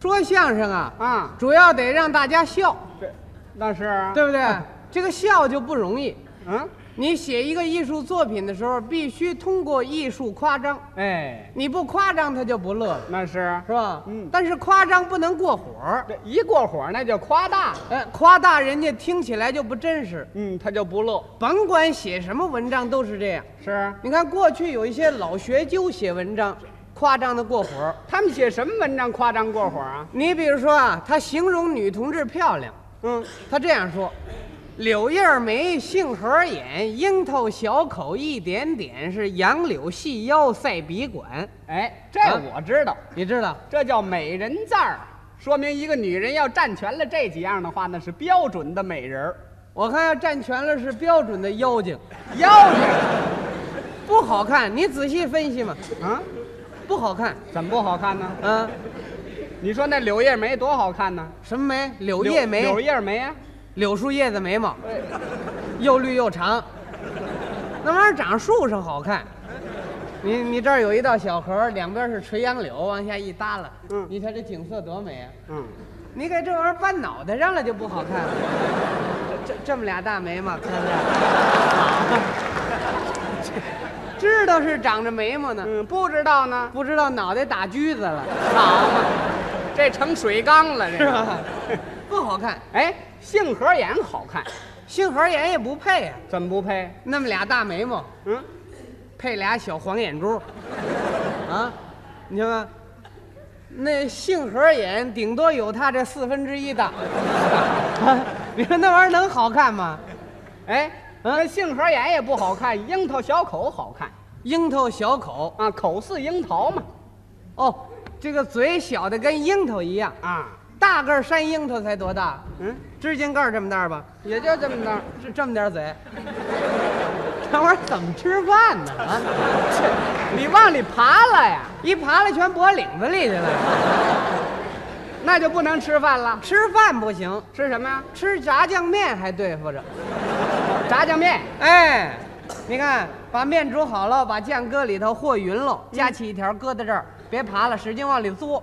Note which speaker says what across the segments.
Speaker 1: 说相声啊，
Speaker 2: 啊
Speaker 1: 主要得让大家笑，
Speaker 2: 这那是啊
Speaker 1: 对不对？这个笑就不容易。
Speaker 2: 嗯，
Speaker 1: 你写一个艺术作品的时候，必须通过艺术夸张，
Speaker 2: 哎，
Speaker 1: 你不夸张他就不乐了，
Speaker 2: 那是啊
Speaker 1: 是吧？
Speaker 2: 嗯
Speaker 1: 但是夸张不能过火儿，
Speaker 2: 这一过火那就夸大，
Speaker 1: 哎，夸大人家听起来就不真实。
Speaker 2: 嗯，他就不乐。
Speaker 1: 甭管写什么文章都是这样。
Speaker 2: 是啊，
Speaker 1: 你看过去有一些老学究写文章，夸张的过火儿。
Speaker 2: 他们写什么文章夸张过火啊？
Speaker 1: 你比如说啊，他形容女同志漂亮，
Speaker 2: 嗯，
Speaker 1: 他这样说：柳叶眉，杏核眼，樱桃小口一点点，是杨柳细腰赛笔管。
Speaker 2: 哎，这
Speaker 1: 啊
Speaker 2: 我知道，
Speaker 1: 你知道？
Speaker 2: 这叫美人字儿，说明一个女人要占全了这几样的话，那是标准的美人儿。
Speaker 1: 我看要占全了是标准的妖精，
Speaker 2: 要是
Speaker 1: 不好看。你仔细分析嘛，
Speaker 2: 啊，
Speaker 1: 不好看。
Speaker 2: 怎么不好看呢？
Speaker 1: 啊，
Speaker 2: 你说那柳叶眉多好看呢？
Speaker 1: 什么眉？柳叶眉，
Speaker 2: 柳叶眉啊，
Speaker 1: 柳树叶子眉毛，又绿又长，那玩意儿长树上好看。你你这儿有一道小河，两边是垂杨柳，往下一耷拉，
Speaker 2: 嗯
Speaker 1: 你瞧这景色多美啊！
Speaker 2: 嗯，
Speaker 1: 你给这玩意儿搬脑袋上了就不好看了。这这这么俩大眉毛，看着， 知道是长着眉毛呢，
Speaker 2: 嗯，不知道呢，
Speaker 1: 不知道脑袋打狙子了，好嘛，
Speaker 2: 这成水缸了，这
Speaker 1: 是啊
Speaker 2: 个
Speaker 1: 吧？不好看，
Speaker 2: 哎，杏核眼好看，
Speaker 1: 杏核眼也不配啊，
Speaker 2: 怎么不配？
Speaker 1: 那么俩大眉毛。
Speaker 2: 嗯，
Speaker 1: 配俩小黄眼珠，啊，你瞧看，那杏核眼顶多有他这四分之一大， 啊你说那玩意儿能好看吗？
Speaker 2: 哎，那杏核眼也不好看，樱桃小口好看
Speaker 1: 樱桃小口
Speaker 2: 啊，口似樱桃嘛。
Speaker 1: 哦，这个嘴小的跟樱桃一样，
Speaker 2: 啊，
Speaker 1: 大个儿山樱桃才多大，
Speaker 2: 嗯，
Speaker 1: 指甲盖儿这么大吧，
Speaker 2: 也就这么大。
Speaker 1: 这这么点儿嘴，这玩意儿怎么吃饭呢？啊，
Speaker 2: 你往里爬了呀，
Speaker 1: 一爬了全脖领子里去了，
Speaker 2: 那就不能吃饭了。
Speaker 1: 吃饭不行，
Speaker 2: 吃什么呀？
Speaker 1: 吃炸酱面还对付着。
Speaker 2: 炸酱面。
Speaker 1: 哎，你看，把面煮好了，把酱搁里头和匀了，夹起一条搁在这儿，别爬了，使劲往里嘬。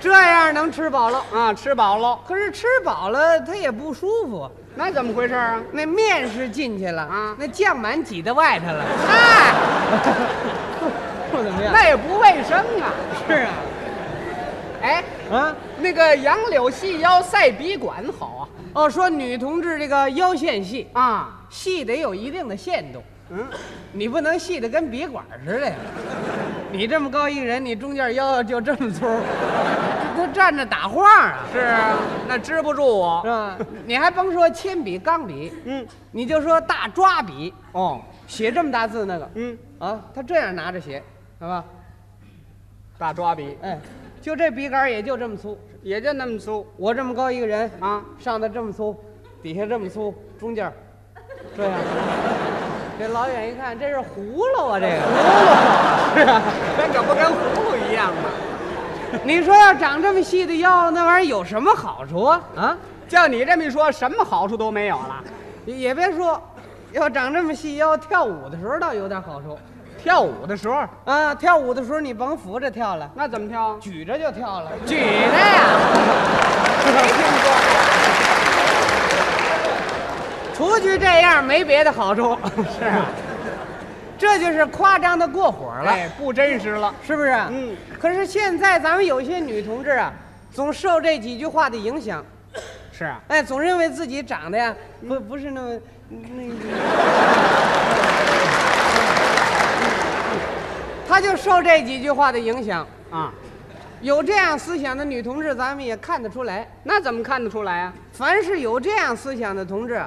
Speaker 1: 这样能吃饱了，
Speaker 2: 啊，吃饱喽。
Speaker 1: 可是吃饱了它也不舒服，
Speaker 2: 那怎么回事 啊？
Speaker 1: 那面是进去了
Speaker 2: 啊
Speaker 1: 那酱满挤到外头了，哎
Speaker 2: 嗨，
Speaker 1: 不怎么样。
Speaker 2: 那也不卫生啊。
Speaker 1: 是啊，
Speaker 2: 哎，
Speaker 1: 啊，
Speaker 2: 那个杨柳细腰赛笔管好
Speaker 1: 哦，说女同志这个腰线细，
Speaker 2: 啊。啊，
Speaker 1: 细得有一定的限度。
Speaker 2: 嗯，
Speaker 1: 你不能细的跟笔管似的呀！你这么高一人，你中间腰就这么粗，他站着打晃啊，
Speaker 2: 是啊，那支不住
Speaker 1: 是
Speaker 2: 我。
Speaker 1: 吧？你还甭说铅笔、钢笔，
Speaker 2: 嗯，
Speaker 1: 你就说大抓笔，
Speaker 2: 哦，
Speaker 1: 写这么大字那个
Speaker 2: 嗯，
Speaker 1: 啊，他这样拿着写，好吧？
Speaker 2: 大抓笔
Speaker 1: 哎，就这笔杆儿也就这么粗，
Speaker 2: 也就那么粗
Speaker 1: 我这么高一个人，
Speaker 2: 啊。
Speaker 1: 上头这么粗，底下这么粗，中间儿这样。 这老远一看，这是葫芦啊！这个，
Speaker 2: 那可不跟葫芦一样吗？
Speaker 1: 你说要长这么细的腰，那玩意儿有什么好处啊？啊？
Speaker 2: 叫你这么一说，什么好处都没有了。
Speaker 1: 也也别说，要长这么细腰，跳舞的时候倒有点好处
Speaker 2: 跳舞的时候，
Speaker 1: 啊。跳舞的时候你甭扶着跳了，
Speaker 2: 那怎么跳？
Speaker 1: 举着就跳了。
Speaker 2: 举着呀，没听说。
Speaker 1: 除去这样，没别的好处。
Speaker 2: 是啊，
Speaker 1: 这就是夸张的过火了，
Speaker 2: 哎，不真实了。
Speaker 1: 是不是？
Speaker 2: 嗯。
Speaker 1: 可是现在咱们有些女同志啊，总受这几句话的影响，
Speaker 2: 是啊，
Speaker 1: 哎，总认为自己长得呀不
Speaker 2: 嗯
Speaker 1: 不是那么那 个。她就受这几句话的影响，
Speaker 2: 啊，
Speaker 1: 有这样思想的女同志，咱们也看得出来。
Speaker 2: 那怎么看得出来啊？
Speaker 1: 凡是有这样思想的同志，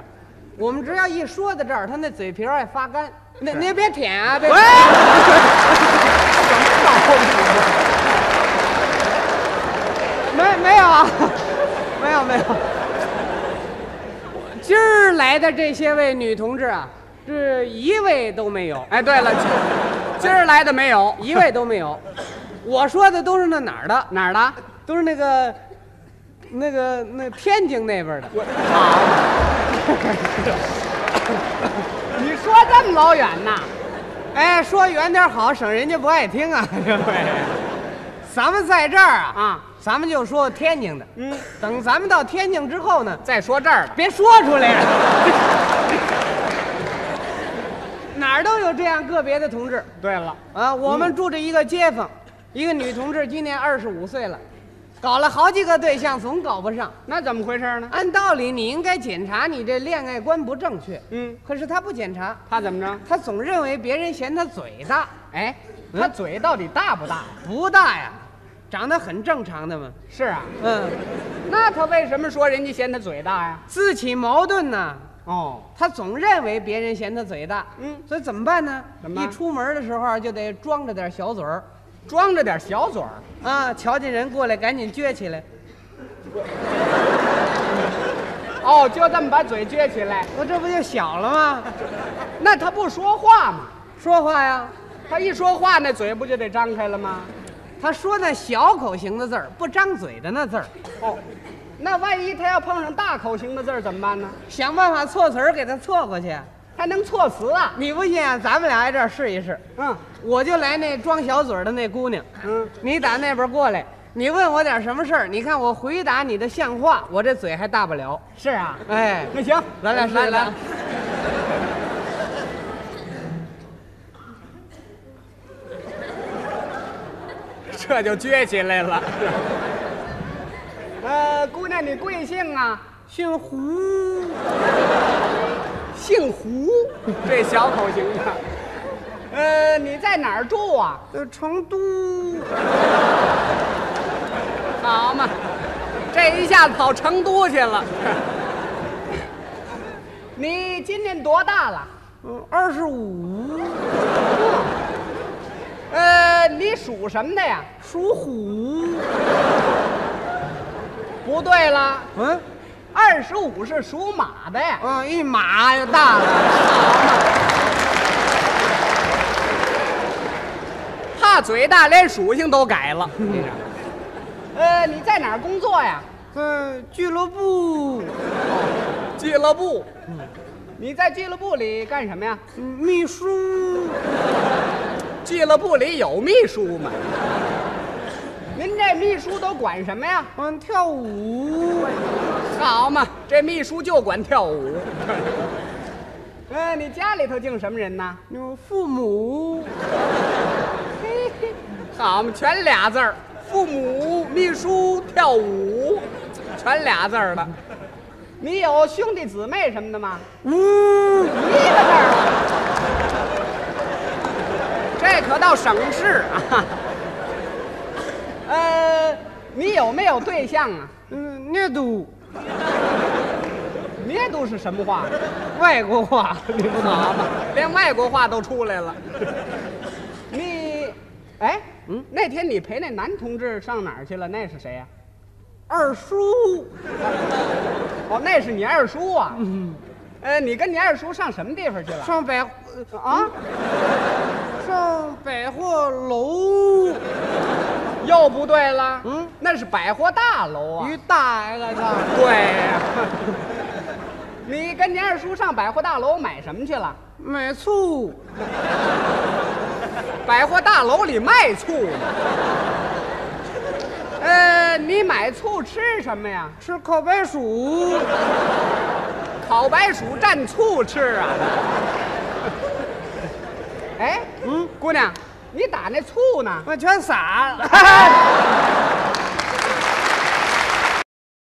Speaker 1: 我们只要一说到这儿，他那嘴皮儿爱发干。那您别舔啊！别
Speaker 2: 喂，
Speaker 1: 没没有啊，没有没有。今儿来的这些位女同志啊，这一位都没有，
Speaker 2: 哎，对了，今今儿来的没有？
Speaker 1: 一位都没有。我说的都是那哪儿的，
Speaker 2: 哪儿的？
Speaker 1: 都是那个、那个、那天津那边的。啊
Speaker 2: 你说这么老远呐？
Speaker 1: 哎，说远点好，省人家不爱听啊。咱们在这儿啊，
Speaker 2: 啊
Speaker 1: 咱们就说天津的。
Speaker 2: 嗯，
Speaker 1: 等咱们到天津之后呢，
Speaker 2: 再说这儿了，
Speaker 1: 别说出来了。哪儿都有这样个别的同志
Speaker 2: 对了，
Speaker 1: 啊。我们住着一个街坊，一个女同志，今年二十五岁了，搞了好几个对象，总搞不上。
Speaker 2: 那怎么回事呢？
Speaker 1: 按道理你应该检查你这恋爱观不正确，
Speaker 2: 嗯，
Speaker 1: 可是她不检查，
Speaker 2: 他怎么着？
Speaker 1: 她总认为别人嫌她嘴大，
Speaker 2: 哎，他嘴到底大不大？
Speaker 1: 不大呀，长得很正常的嘛。
Speaker 2: 是啊，
Speaker 1: 嗯，
Speaker 2: 那他为什么说人家嫌他嘴大呀？
Speaker 1: 自起矛盾呢，
Speaker 2: 哦，
Speaker 1: 她总认为别人嫌她嘴大，
Speaker 2: 嗯，
Speaker 1: 所以怎么办呢？
Speaker 2: 怎么办
Speaker 1: 一出门的时候就得装着点小嘴儿，
Speaker 2: 装着点小嘴儿，
Speaker 1: 啊，瞧见人过来赶紧撅起来，
Speaker 2: 哦，就这么把嘴撅起来，
Speaker 1: 我这不就小了吗？
Speaker 2: 那他不说话吗？
Speaker 1: 说话呀，
Speaker 2: 他一说话，那嘴不就得张开了吗？
Speaker 1: 她说那小口型的字儿，不张嘴的那字儿，
Speaker 2: 哦，那万一他要碰上大口型的字儿怎么办呢？
Speaker 1: 想办法措词儿给她错过去。
Speaker 2: 还能措辞啊？
Speaker 1: 你不信啊？咱们俩挨这儿试一试，
Speaker 2: 嗯
Speaker 1: 我就来那装小嘴儿的那姑娘，
Speaker 2: 嗯，
Speaker 1: 你打那边过来，你问我点什么事儿，你看我回答你的像话，我这嘴还大不了。
Speaker 2: 是啊。
Speaker 1: 哎，
Speaker 2: 那行，
Speaker 1: 咱俩试试
Speaker 2: 来来，这就撅起来了。 呃，姑娘，你贵姓啊？
Speaker 1: 姓胡，
Speaker 2: 姓胡， 这小口型的。呃，你在哪儿住啊？
Speaker 1: 呃，成都。
Speaker 2: 好嘛，这一下子跑成都去了。你今年多大了？
Speaker 1: 嗯，二十五，
Speaker 2: 呃，你属什么的呀？
Speaker 1: 属虎。
Speaker 2: 不对了，
Speaker 1: 嗯，
Speaker 2: 二十五是属马的呀。
Speaker 1: 啊，一马就大了。
Speaker 2: 怕嘴大，连属性都改了。这是呃，你在哪儿工作呀？
Speaker 1: 嗯，俱乐部，
Speaker 2: 俱乐部。你在俱乐部里干什么呀？
Speaker 1: 嗯秘书，
Speaker 2: 俱乐部里有秘书吗？您这秘书都管什么呀？
Speaker 1: 嗯，跳舞。
Speaker 2: 好嘛，这秘书就管跳 舞。呃，你家里头净什么人呢？
Speaker 1: 嗯，父母，
Speaker 2: 嘿嘿好嘛，全俩字儿，父母、秘书、跳舞，全俩字儿的。你有兄弟姊妹什么的吗？
Speaker 1: 呜。
Speaker 2: 一个字儿了。这可到省市啊。呃，你有没有对象啊？
Speaker 1: 嗯，那都
Speaker 2: 你都是什么话？
Speaker 1: 外国话，你不懂。
Speaker 2: 好吧，连外国话都出来了。你，哎，嗯，那天你陪那男同志上哪儿去了？那是谁呀、
Speaker 1: 二叔，
Speaker 2: 哦，那是你二叔啊。嗯。呃，你跟你二叔上什么地方去了？
Speaker 1: 上百呃
Speaker 2: 啊，
Speaker 1: 上百货楼，
Speaker 2: 又不对了。
Speaker 1: 嗯，
Speaker 2: 那是百货大楼啊。
Speaker 1: 于大爷的，
Speaker 2: 对呀、 你跟您二叔上百货大楼买什么去了？
Speaker 1: 买醋，
Speaker 2: 百货大楼里卖醋呢。呃，你买醋吃什么呀？
Speaker 1: 吃烤白薯，
Speaker 2: 烤白薯蘸醋吃啊？ 哎，
Speaker 1: 嗯，
Speaker 2: 嗯姑娘，你打那醋呢？
Speaker 1: 我全洒了。